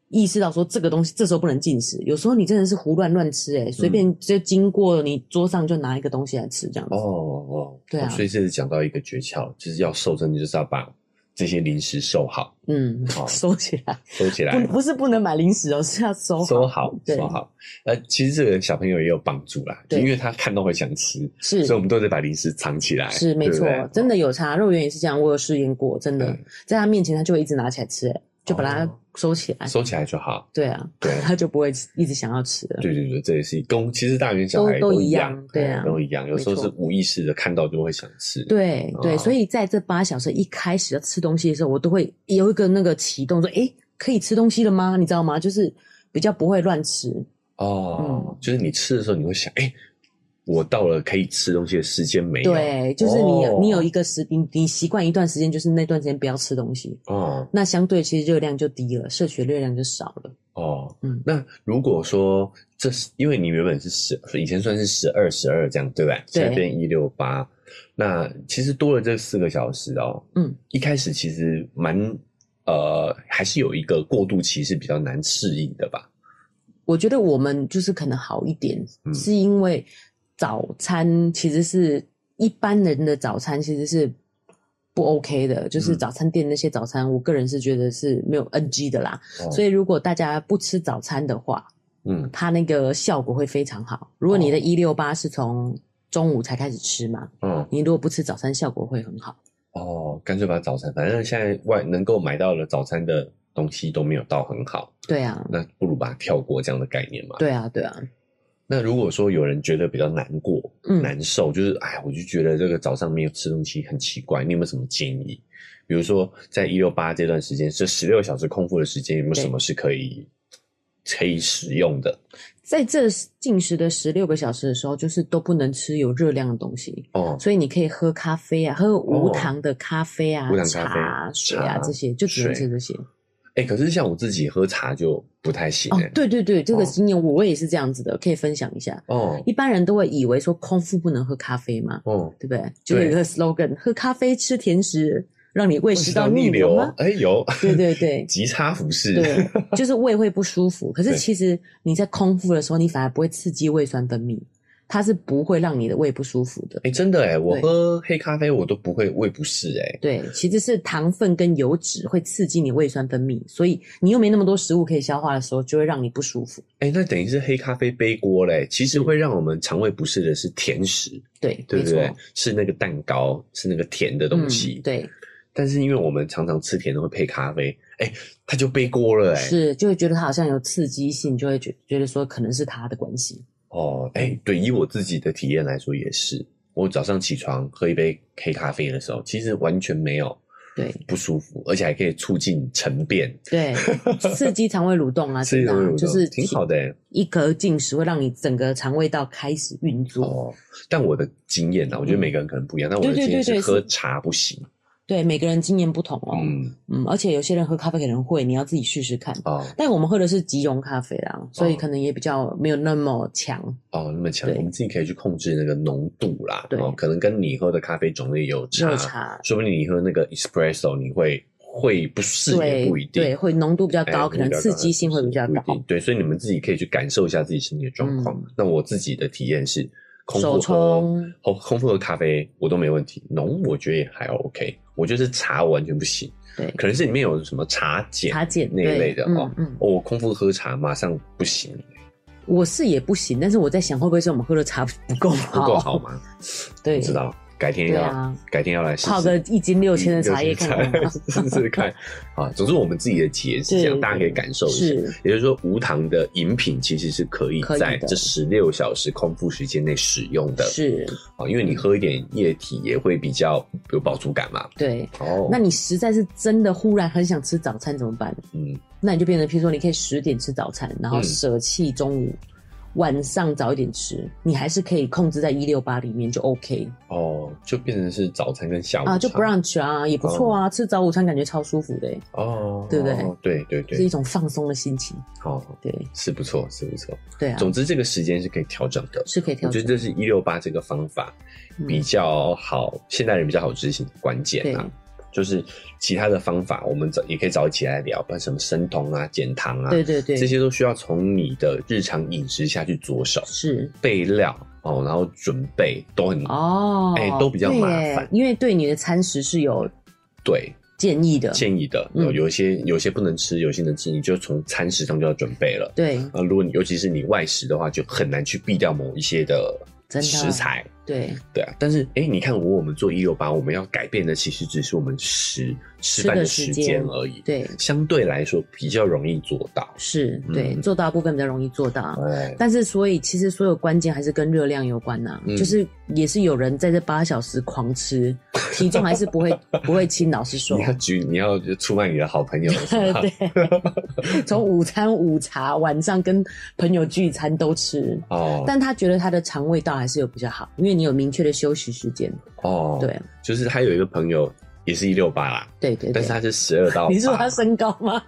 意识到说这个东西这时候不能进食。有时候你真的是胡乱乱吃、诶随便就经过你桌上就拿一个东西来吃这样子。
嗯哦哦，
对啊
所以这是讲到一个诀窍，就是要瘦，真的就是要把这些零食收好，
嗯，
哦
收起来，
收起来
不。不是不能买零食哦，是要收好。
收好，
对
收好。呃，其实这个小朋友也有帮助啦，
对
因为他看到会想吃，
是
所以我们都得把零食藏起来。
是没
对不
错
对，
真的有差。肉圆也是这样，我有试验过，真的
对
在他面前他就会一直拿起来吃、诶就把它
哦
收起来。
收起来就好。
对啊，
对
他就不会一直想要吃了。
对对对，这也是跟其实大人小孩
都都
一
一样
样，
对
哎
啊
都一样。有时候
没
是
错
无意识的看到就会想吃。，
对对，
哦
所以在这八小时一开始要吃东西的时候，我都会有一个那个启动，说：“诶，可以吃东西了吗？”你知道吗？就是比较不会乱吃。
哦
嗯，
就是你吃的时候你会想，哎，我到了可以吃东西的时间没有？
对，就是你、
哦
你有一个时你你习惯一段时间，就是那段时间不要吃东西，
哦
那相对其实热量就低了，摄取热量就少了。
哦，
嗯
那如果说这是因为你原本是十，以前算是十二十二这样，对不对？现在变一六八，那其实多了这四个小时哦。
嗯，
一开始其实蛮呃，还是有一个过渡期是比较难适应的吧？
我觉得我们就是可能好一点，
嗯
是因为早餐其实是一般人的早餐其实是不 OK 的，就是
嗯
早餐店那些早餐，我个人是觉得是没有 NG 的啦。
哦
所以如果大家不吃早餐的话，
嗯，
它那个效果会非常好。如果你的
哦
一六八是从中午才开始吃嘛，
嗯。
你如果不吃早餐，效果会很好。
哦，干脆把早餐，反正现在外能够买到的早餐的东西都没有到很好，
对啊，
那不如把它跳过这样的概念嘛。。
对啊，对啊，
那如果说有人觉得比较难过、
嗯
难受，就是哎，我就觉得这个早上没有吃东西很奇怪，你有没有什么建议？比如说在一六八这段时间，这十六小时空腹的时间，有没有
对
什么是可以可以使用的？
在这进食的十六个小时的时候，就是都不能吃有热量的东西。
哦，
所以你可以喝咖啡啊，喝无糖的咖啡啊、
哦无糖咖
茶
啡
啊、水啊
茶
这些，就只能
水
吃这些。
哎、可是像我自己喝茶就不太行、
哦
欸。，
对对对，这个
哦
经验我我也是这样子的，可以分享一下。
哦
一般人都会以为说空腹不能喝咖啡嘛，
哦，
对不对？就有一个 slogan：喝咖啡吃甜食，让你胃食道逆流
流
吗？
哎、有，
对对对
极差服饰，
对， 就是胃会不舒服。可是
对
其实你在空腹的时候，你反而不会刺激胃酸分泌，它是不会让你的胃不舒服的。
哎，真的哎，我
对
喝黑咖啡我都不会胃不适哎。
对，其实是糖分跟油脂会刺激你胃酸分泌，所以你又没那么多食物可以消化的时候，就会让你不舒服。
哎，那等于是黑咖啡背锅嘞。其实会让我们肠胃不适的是甜食，
对，
对不
没错，
对？是那个蛋糕，是那个甜的东西。
嗯、。对，
但是因为我们常常吃甜的会配咖啡，哎，它就背锅了哎。
是就会觉得它好像有刺激性，就会觉觉得说可能是它的关系。
哦，哎、对，以我自己的体验来说也是，我早上起床喝一杯黑咖啡的时候，其实完全没有
对
不舒服，而且还可以促进晨便，
对，刺激肠胃蠕动啊，真
是
的啊、就是嗯
挺好的、欸、
一格进食会让你整个肠胃道开始运作。
哦。但我的经验啊呢，我觉得每个人可能不一样，但我的
嗯对对
经验
对
是
对
喝
是
茶不行，
对，每个人经验不同哦。嗯
嗯，
而且有些人喝咖啡可能会，你要自己试试看。
哦
但我们喝的是即溶咖啡啦，所以
哦
可能也比较没有那么强。
哦，那么强，
对
我们自己可以去控制那个浓度啦，
对
哦，可能跟你喝的咖啡种类有差，
热茶，
说不定你喝那个 espresso 你会会不适也
对
不一定，
对，会浓度比较
哎
高，
浓
可
度
能
比较
刺
高
激性会比较
不一
高。嗯
定对，所以你们自己可以去感受一下自己身体的状况。那我自己的体验是，空腹
手
喝
冲，
空空腹喝咖啡我都没问题，浓我觉得也还 OK，我就是茶我完全不行，
对，
可能是里面有什么茶碱、
茶碱
那一
对
类的
嗯
哦。
嗯
哦我空腹喝茶马上不行，
我是也不行，但是我在想，会不会是我们喝的茶不够
不
好？
够好吗？
对，
不知道，改天
对
要、
啊
改天要来试试
泡个一斤六千的茶叶
六千
看看
茶试试看啊。总之我们自己的体验是这样，
对
大家可以感受一下。
是
也就是说，无糖的饮品其实是可以
可以的
在这十六小时空腹时间内使用的，
是，
啊，因为你喝一点液体也会比较有饱足感嘛。
对。
哦，
那你实在是真的忽然很想吃早餐怎么办？
嗯，
那你就变成，譬如说，你可以十点吃早餐，然后
嗯
舍弃中午，晚上早一点吃，你还是可以控制在一六八里面就 OK
哦，就变成是早餐跟哦下午
啊，就
茶
brunch 啊，也不错啊，吃早午餐感觉超舒服的、欸，
哦，
对不对
对？对对
是一种放松的心情。
好，
对
是不错，是不错。
对啊，
总之，这个时间是可以调整的。
是可以调
我觉
整嗯
得。这是一六八这个方法比较好，现代人比较好执行的关键啊
对。
就是其他的方法，我们早也可以早起来聊，不然什么生酮啊、减糖啊，
对对对，
这些都需要从你的日常饮食下去着手，
是
备料哦，然后准备都很、
哦，
哎都比较麻
对耶
烦
因为对你的餐食是有
对
建议的，
建议的。
嗯
有有一些有些不能吃，有些能吃，你就从餐食上就要准备了。
对
啊，如果你尤其是你外食的话，就很难去避掉某一些的
真的
食材。
对，
对啊，但是哎、诶你看，如果我们做一六八，我们要改变的其实只是我们食吃
吃
饭
的
的
时
时
间
间而已。
对
相对来说比较容易做到。
是，对，
嗯
做到的部分比较容易做到。
哎，
但是，所以其实所有关键还是跟热量有关呐、
嗯
就是也是有人在这八小时狂 吃，体重还是不会不会轻。老实说
你，要举，你要出卖你的好朋友了是吗？
对，从午餐、午茶、晚上跟朋友聚餐都吃，
哦，
但他觉得他的肠胃道还是有比较好，因为你有明确的休息时间。
哦，
对，
就是他有一个朋友也是一六八啦，
对对对
但
啊
是。他是十二到8
你是说他身高吗？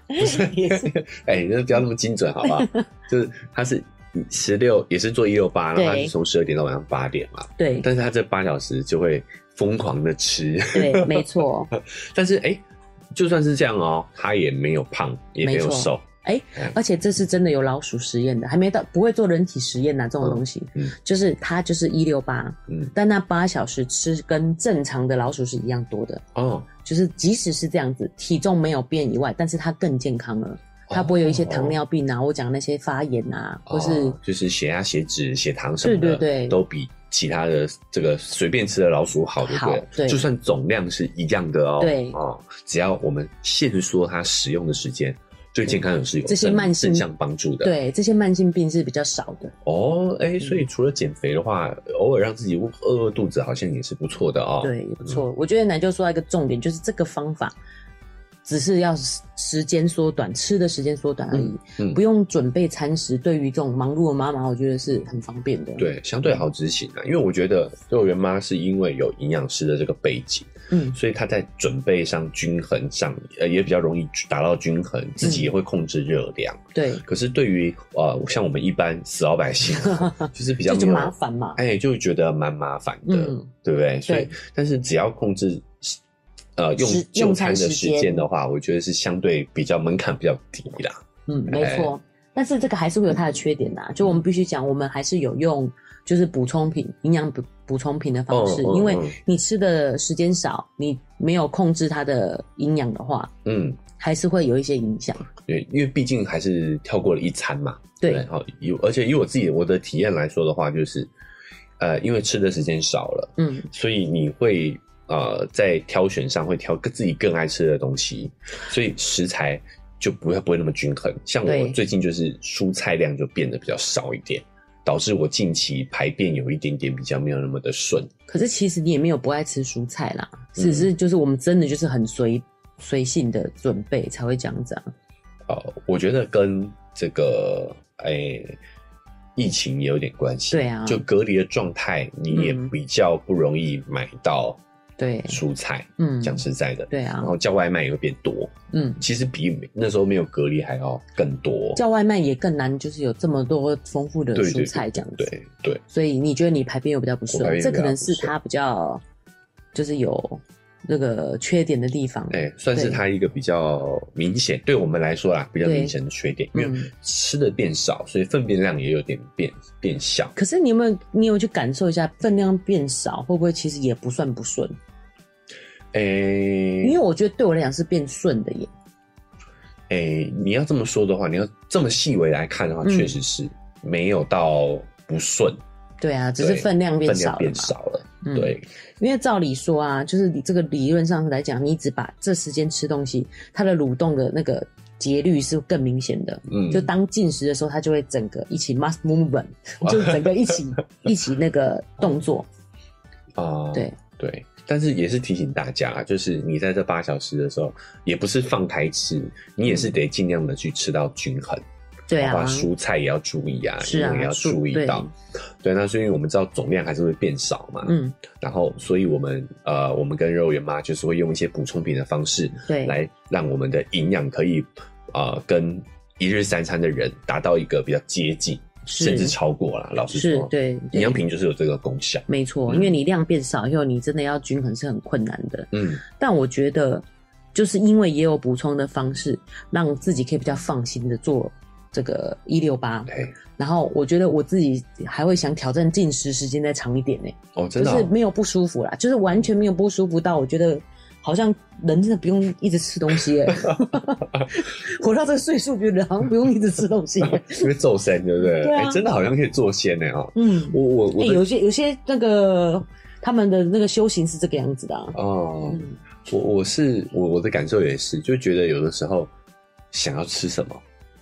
也是
哎，那不要那么精准好不好？就是他是十六，也是做一六八，然后他
对
是从十二点到晚上八点嘛，
对
但是他这八小时就会疯狂的吃，
对，没错。
但是哎、就算是这样哦，他也没有胖，也没有
没错
瘦，
哎、而且这是真的有老鼠实验的，还没到不会做人体实验呐、这种东西，
嗯嗯
就是它就是一六八，
嗯，
但那八小时吃跟正常的老鼠是一样多的，
哦，
就是即使是这样子，体重没有变以外，但是它更健康了，它不会有一些糖尿病啊，我讲那些发炎啊，
哦
或是
就是血压、血脂、血糖什么的，
对对对
都比。其他的这个随便吃的老鼠好，对不对
好？对
就算总量是一样的哦，
对
哦，只要我们限缩它使用的时间，对健康人是有
这些
正
慢性
正向帮助的。
对嗯这些慢性病是比较少的，
哦，哎、所以除了减肥的话，偶尔让自己饿饿肚子，好像也是不错的哦。
对，也不错。我觉得奶就说到一个重点，就是这个方法。只是要时时间缩短，吃的时间缩短而已。
嗯，
不用准备餐食，对于这种忙碌的妈妈，我觉得是很方便的。，
对，相对好执行啊。因为我觉得幼儿园妈是因为有营养师的这个背景，
嗯，
所以她在准备上、均衡上，呃，也比较容易达到均衡，自己也会控制热量。
对，
可是对于呃，像我们一般死老 百姓啊，就是比较
这就
没有
麻，烦嘛。
哎，就觉得蛮麻烦的，
嗯，
对不对？所以
对，
但是只要控制。呃，用
时
就
用
餐
餐
的
时
时
间
间的话，我觉得是相对比较门槛比较低啦。
嗯，没错。但是这个还是会有它的缺点呐、就我们必须讲，我们还是有用就是补充品、营养补补充品的方式，
哦哦
因为
哦
你吃的时间少，你没有控制它的营养的话，
嗯，
还是会有一些影响。
对，因为毕竟还是跳过了一餐嘛，
对，
好，有而且以我自己我的体验来说的话，就是，呃，因为吃的时间少了，
嗯，
所以你会呃在挑选上会挑自己更爱吃的东西，所以食材就不会不会那么均衡。像我
对
最近就是蔬菜量就变得比较少一点，导致我近期排便有一点点比较没有那么的顺。
可是其实你也没有不爱吃蔬菜啦，
嗯
只是就是我们真的就是很随随性的准备才会这样子啊。
呃，我觉得跟这个哎、疫情也有点关系。
对啊
就隔离的状态，你也
嗯
比较不容易买到
对，
蔬菜。
嗯，
讲实在的，
对啊
然，后叫外卖也会变多，
嗯，
其实比那时候没有隔离还要更多。
叫外卖也更难，就是有这么多丰富的
对对
蔬菜这样子。
对对，
所以你觉得你排便又比较不
我排
顺，
便
这可能
比较不
是
顺
它比较就是有那个缺点的地方。嗯
哎、算是
对
它一个比较明显，对我们来说啦，比较
对
明显的缺点，因为
嗯，
吃的变少，所以粪便量也有点变变小。
可是你有没有你有去感受一下分量变少，会不会其实也不算不顺？
哎、
因为我觉得对我来讲是变顺的耶。
哎、你要这么说的话，你要这么细微来看的话，
嗯
确、实是没有到不顺，
对啊，只是
对
分量变
分
少
量
了
变
嘛。
少了。
嗯
对，
因为照理说啊，就是你这个理论上来讲，你只把这时间吃东西，它的蠕动的那个节律是更明显的。
嗯，
就当进食的时候，它就会整个一起 mass movement，就是 整个一 起一起那个动作。
啊、
对
对，但是也是提醒大家，啊就是你在这八小时的时候，也不是放开吃，你也
嗯
是得尽量的去吃到均衡，
对
包括
啊，
蔬菜也要注意啊，
是
营
啊
养也要
蔬
注意
对
到。对，那所以我们知道总量还是会变少嘛，
嗯，
然后所以我们呃，我们跟肉圆妈就是会用一些补充品的方式，
对，
来让我们的营养可以呃跟一日三餐的人达到一个比较接近，
是
甚至超过啦。老实
是
说，，
对
营养。
对
品就是有这个功效。
没错，
嗯
因为你量变少以后，你真的要均衡是很困难的。
嗯，
但我觉得，就是因为也有补充的方式，让自己可以比较放心的做这个一六八。
对，
然后我觉得我自己还会想挑战进食时间再长一点呢、
哦，真
就
的哦、
是没有不舒服啦，就是完全没有不舒服到我觉得好像人真的不用一直吃东 西、欸，活到这个岁数觉得好像不用一直吃东西、 欸。
因为瘦身，对不对？
对啊
哎真的好像可以做仙呢哦。
嗯，
我我我
欸、
的、
有些有些那个他们的那个修行是这个样子的、啊。
哦，
嗯，
我我是我我的感受也是，就觉得有的时候想要吃什么，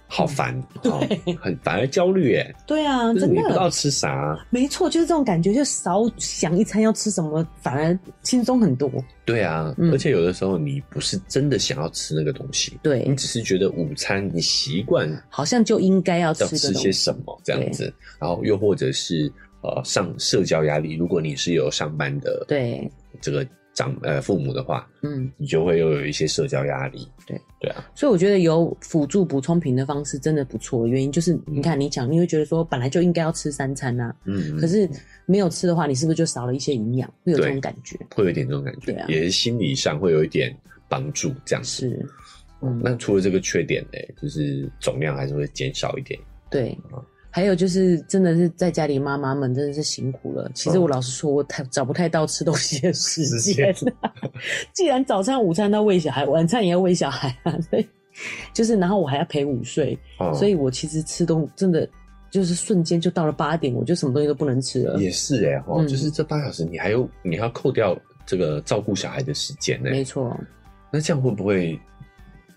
好
嗯
烦，哦、很反而焦虑耶，
对啊，
就是
真
你不知道
的，
吃啥。
没错，就是这种感觉，就少想一餐要吃什么，反而轻松很多。
对啊，
嗯
而且有的时候你不是真的想要吃那个东西，
对
你，只是觉得午餐你习惯
好像就应该要吃
要吃
个东
些
西
什么这样子，然后又或者是呃上社交压力，如果你是有上班的
对，
这个长呃父母的话，
嗯，
你就会又有一些社交压力。
对
对啊，
所以我觉得有辅助补充品的方式真的不错。原因就是，你看你讲，你会觉得说本来就应该要吃三餐啊，
嗯，
可是没有吃的话，你是不是就少了一些营养？会有这种
对
感觉。
会有一点这种感觉，
对啊
也是心理上会有一点帮助这样子。
是，嗯，
那除了这个缺点呢，就是总量还是会减少一点。
对。还有就是，真的是在家里妈妈们真的是辛苦了。其实
嗯
我老实说，我太找不太到吃东西的时间啊
时间。
既然早餐、午餐都要喂小孩，晚餐也要喂小孩啊，对，就是然后我还要陪午睡，
哦
所以我其实吃东真的就是瞬间就到了八点，我就什么东西都不能吃了。
也是哎哦，
呃嗯
就是这八小时你还有你还要扣掉这个照顾小孩的时间呢，
没错，
那这样会不会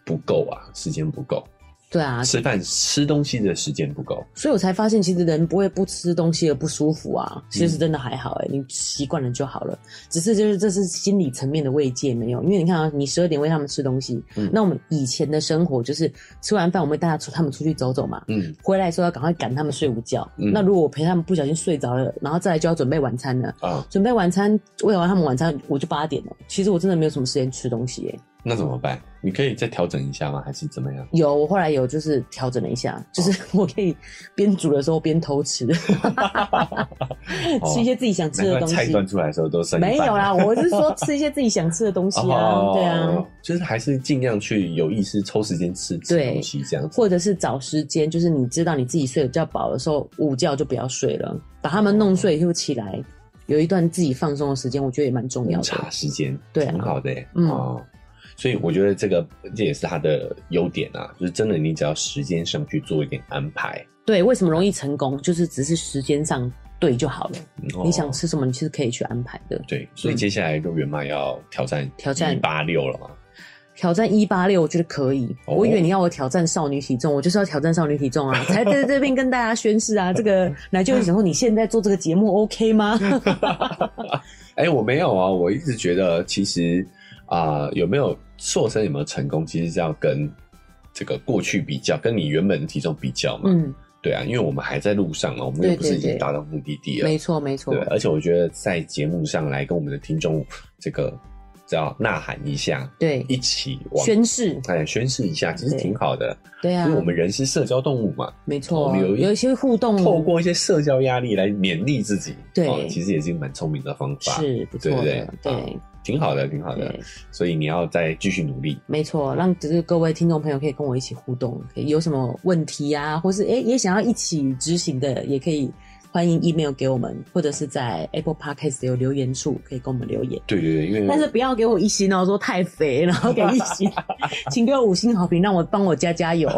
不够啊？时间不够，
对啊，
吃饭吃东西的时间不够。
所以我才发现，其实人不会不吃东西而不舒服啊，其实真的还好哎、
嗯
你习惯了就好了。只是就是这是心理层面的慰藉，没有，因为你看啊，你十二点喂他们吃东西，
嗯
那我们以前的生活就是吃完饭我们会带他出他们出去走走嘛，
嗯，
回来的时候要赶快赶他们睡午觉。
嗯
那如果我陪他们不小心睡着了，然后再来就要准备晚餐了。
啊，
准备晚餐，喂完他们晚餐，我就八点了。其实我真的没有什么时间吃东西耶、
那怎么办？你可以再调整一下吗？还是怎么样？
有，我后来有就是调整了一
哦
下，就是 我可以边煮的时候边偷 吃，吃一些自己想吃
哦难
的
怪
东
菜
西。
端出来的时候都剩一半
没有啦，我是说吃一些自己想吃的东西啊，对啊
哦，，就是还是尽量去有意识抽时间吃吃
对
东西这样子。
或者是找时间，就是你知道你自己睡得比较饱的时候，午觉就不要睡了，把他们弄睡又起来，有一段自己放松的时间，我觉得也蛮重要
午
的
茶。时间，
对啊
很好的、欸，
嗯
哦。所以我觉得这个这也是它的优点啊，就是真的你只要时间上去做一点安排，
对，为什么容易成功，就是只是时间上对就好了。
哦
你想吃什么，你其实可以去安排的。
对，所以接下来就圆妈要挑战
挑战
八六了嘛，
挑战一八六，我觉得可以。
哦
我以为你要我挑战少女体重，我就是要挑战少女体重 啊！才在这边跟大家宣誓啊！这个奶舅想说，你现在做这个节目 OK 吗？
哎、我没有啊，我一直觉得其实啊、有没有瘦身有没有成功，其实是要跟这个过去比较，跟你原本的体重比较嘛。
嗯，
对啊，因为我们还在路上嘛，我们
对
又不是
对
已经
对
达到目的地了。
没错没错
对，，啊而且我觉得在节目上来跟我们的听众这个叫呐喊一下，
对，
一起往
宣誓，
哎宣誓一下，其实
对
挺好的，
对啊
因为，我们人是社交动物嘛，
没错啊
我，们有一
有一些互动，
透过一些社交压力来勉励自己，
对
哦其实也是蛮聪明的方法，
是不
对
错
不对
的，？
啊
对
挺好的，挺好的
对。，
所以你要再继续努力。
没错，让就是各位听众朋友可以跟我一起互动，可以有什么问题啊，或是诶也想要一起执行的，也可以欢迎 email 给我们，或者是在 Apple Podcast 有留言处可以跟我们留言。
对对对，因为
但是不要给我一星哦，说太肥，然后给一星，请给我五星好评，让我帮我加 加油。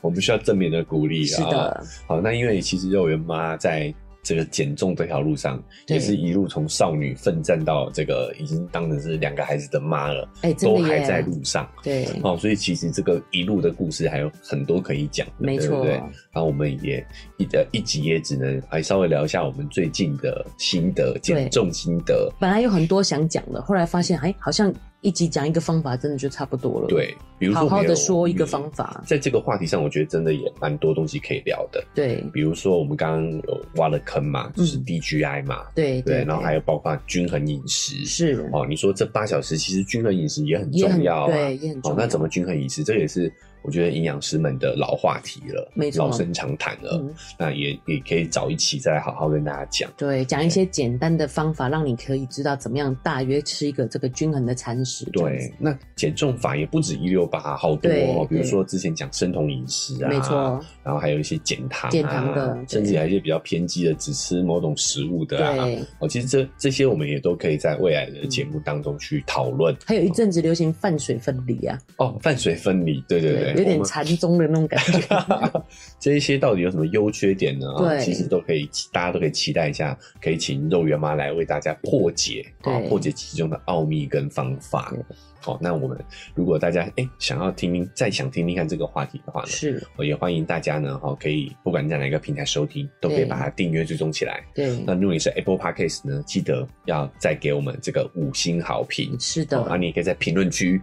我们需要正面的鼓励
是
啊。
的，
好，那因为其实肉圆妈在这个减重这条路上，
对
也是一路从少女奋战到这个已经当成是两个孩子的妈了，
哎、真
都
的
还在
耶，
路上。
对，
哦，所以其实这个一路的故事还有很多可以讲的，
没
对不
错
对？，然后我们也一呃一集也只能还稍微聊一下我们最近的心得、减重心得。
本来有很多想讲的，后来发现哎，好像一集讲一个方法，真的就差不多了。，
对，比如说
好好的
没有
说一个方，法，
在这个话题上，我觉得真的也蛮多东西可以聊的。
对
比如说我们刚刚有挖了坑嘛，就是
嗯
DGI 嘛，
对
对，然后还有包括均衡饮食。
是
哦，你说这八小时其实均衡饮食也很
也很
重要啊。
对，也很重
哦
要。，
那怎么均衡饮食？这也是我觉得营养师们的老话题了，
没错
老生常谈了。
嗯，
那也也可以找一期再来好好跟大家讲。
对，讲一些简单的方法，让你可以知道怎么样大约吃一个这个均衡的餐食。这样
对
子，，
那减重法也不止一六八，好多、
对，
哦比如
对
说之前讲生酮饮食啊，
没错，
然后还有一些减糖、啊、
减糖的
甚至还有一些比较偏激的，只吃某种食物的啊。
对。
哦，其实这这些我们也都可以在未来的节目当中去讨论。
还有一阵子流行饭水分离啊，
哦，饭水分离，对对对，
有
我
点
们
禅宗的那种感觉。
这一些到底有什么优缺点呢？啊
对
其实都可以，大家都可以期待一下，可以请肉圆妈来为大家破解啊，
对
破解其中的奥秘跟方法
对。
好、那我们如果大家哎、想要听听，再想听听看这个话题的话呢，
是，
我也欢迎大家呢，哈、可以不管你在哪一个平台收听，都可以
对
把它订阅追踪起来。
对，
那如果你是 Apple Podcast 呢，记得要再给我们这个五星好评。
是
哦啊，
的，
你也可以在评论区，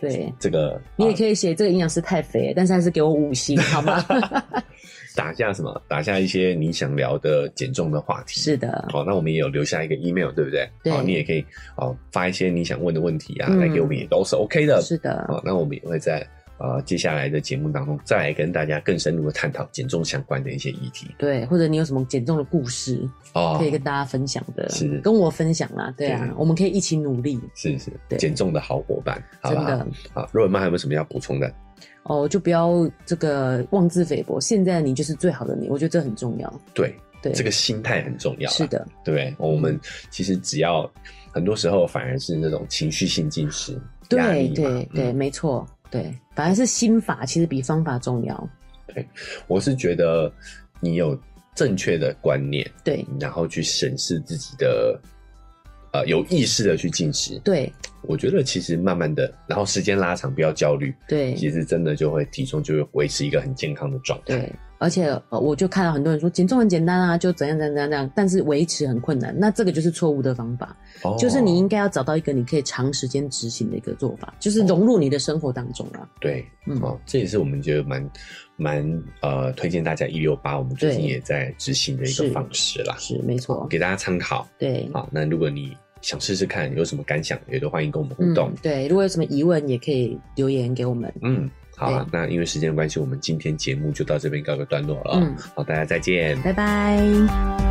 对。
这个
你也
啊
可以写这个营养师太肥，但是还是给我五星，好 吗？
打下什么，打下一些你想聊的减重的话题。
是的，
好、那我们也有留下一个 email，对不对？
对
好、你也可以哦发一些你想问的问题啊，
嗯
来给我们也都是 OK 的。
是的，
好、那我们也会在呃接下来的节目当中，再来跟大家更深入的探讨减重相关的一些议题
对。或者你有什么减重的故事，
哦
可。以跟大家分享的
是，
跟我分享啦，对啊
对，
我们可以一起努力，
是是，
对
减重的好伙伴，好
真
不好
的？
好，若文妈还有没有什么要补充的？
哦，就不要这个妄自菲薄。现在你就是最好的你，我觉得这很重要。
对，
对，
这个心态很重要啦，啊
是的，嗯
对不对？我们其实只要很多时候反而是那种情绪性进食，压力
对
嘛
对
嗯
对，没错，对，反而是心法其实比方法重要。
我是觉得你有正确的观念，
对
然后去审视自己的，呃，有意识的去进食。
对
我觉得其实慢慢的，然后时间拉长，不要焦虑，其
对
实真的就会体重就会维持一个很健康的状态。
对，而且呃我就看到很多人说减重很简单啊，就怎样怎样怎样怎样，但是维持很困难。那这个就是错误的方法，
哦
就是嗯你应该要找到一个你可以长时间执行的一个做法，就是
哦
融入你的生活当中啊。
对，
嗯
哦，这也是我们觉得蛮蛮呃推荐大家一六八，我们最近
对
也在执行的一个
是
方式啦，
是没错，
给大家参考。
对
好，那如果你想试试看有什么感想，也都欢迎跟我们互动
嗯。。对，如果有什么疑问，也可以留言给我们。
嗯，好、啊，那因为时间的关系，我们今天节目就到这边告一个段落了。
嗯，
好，大家再见，
拜拜。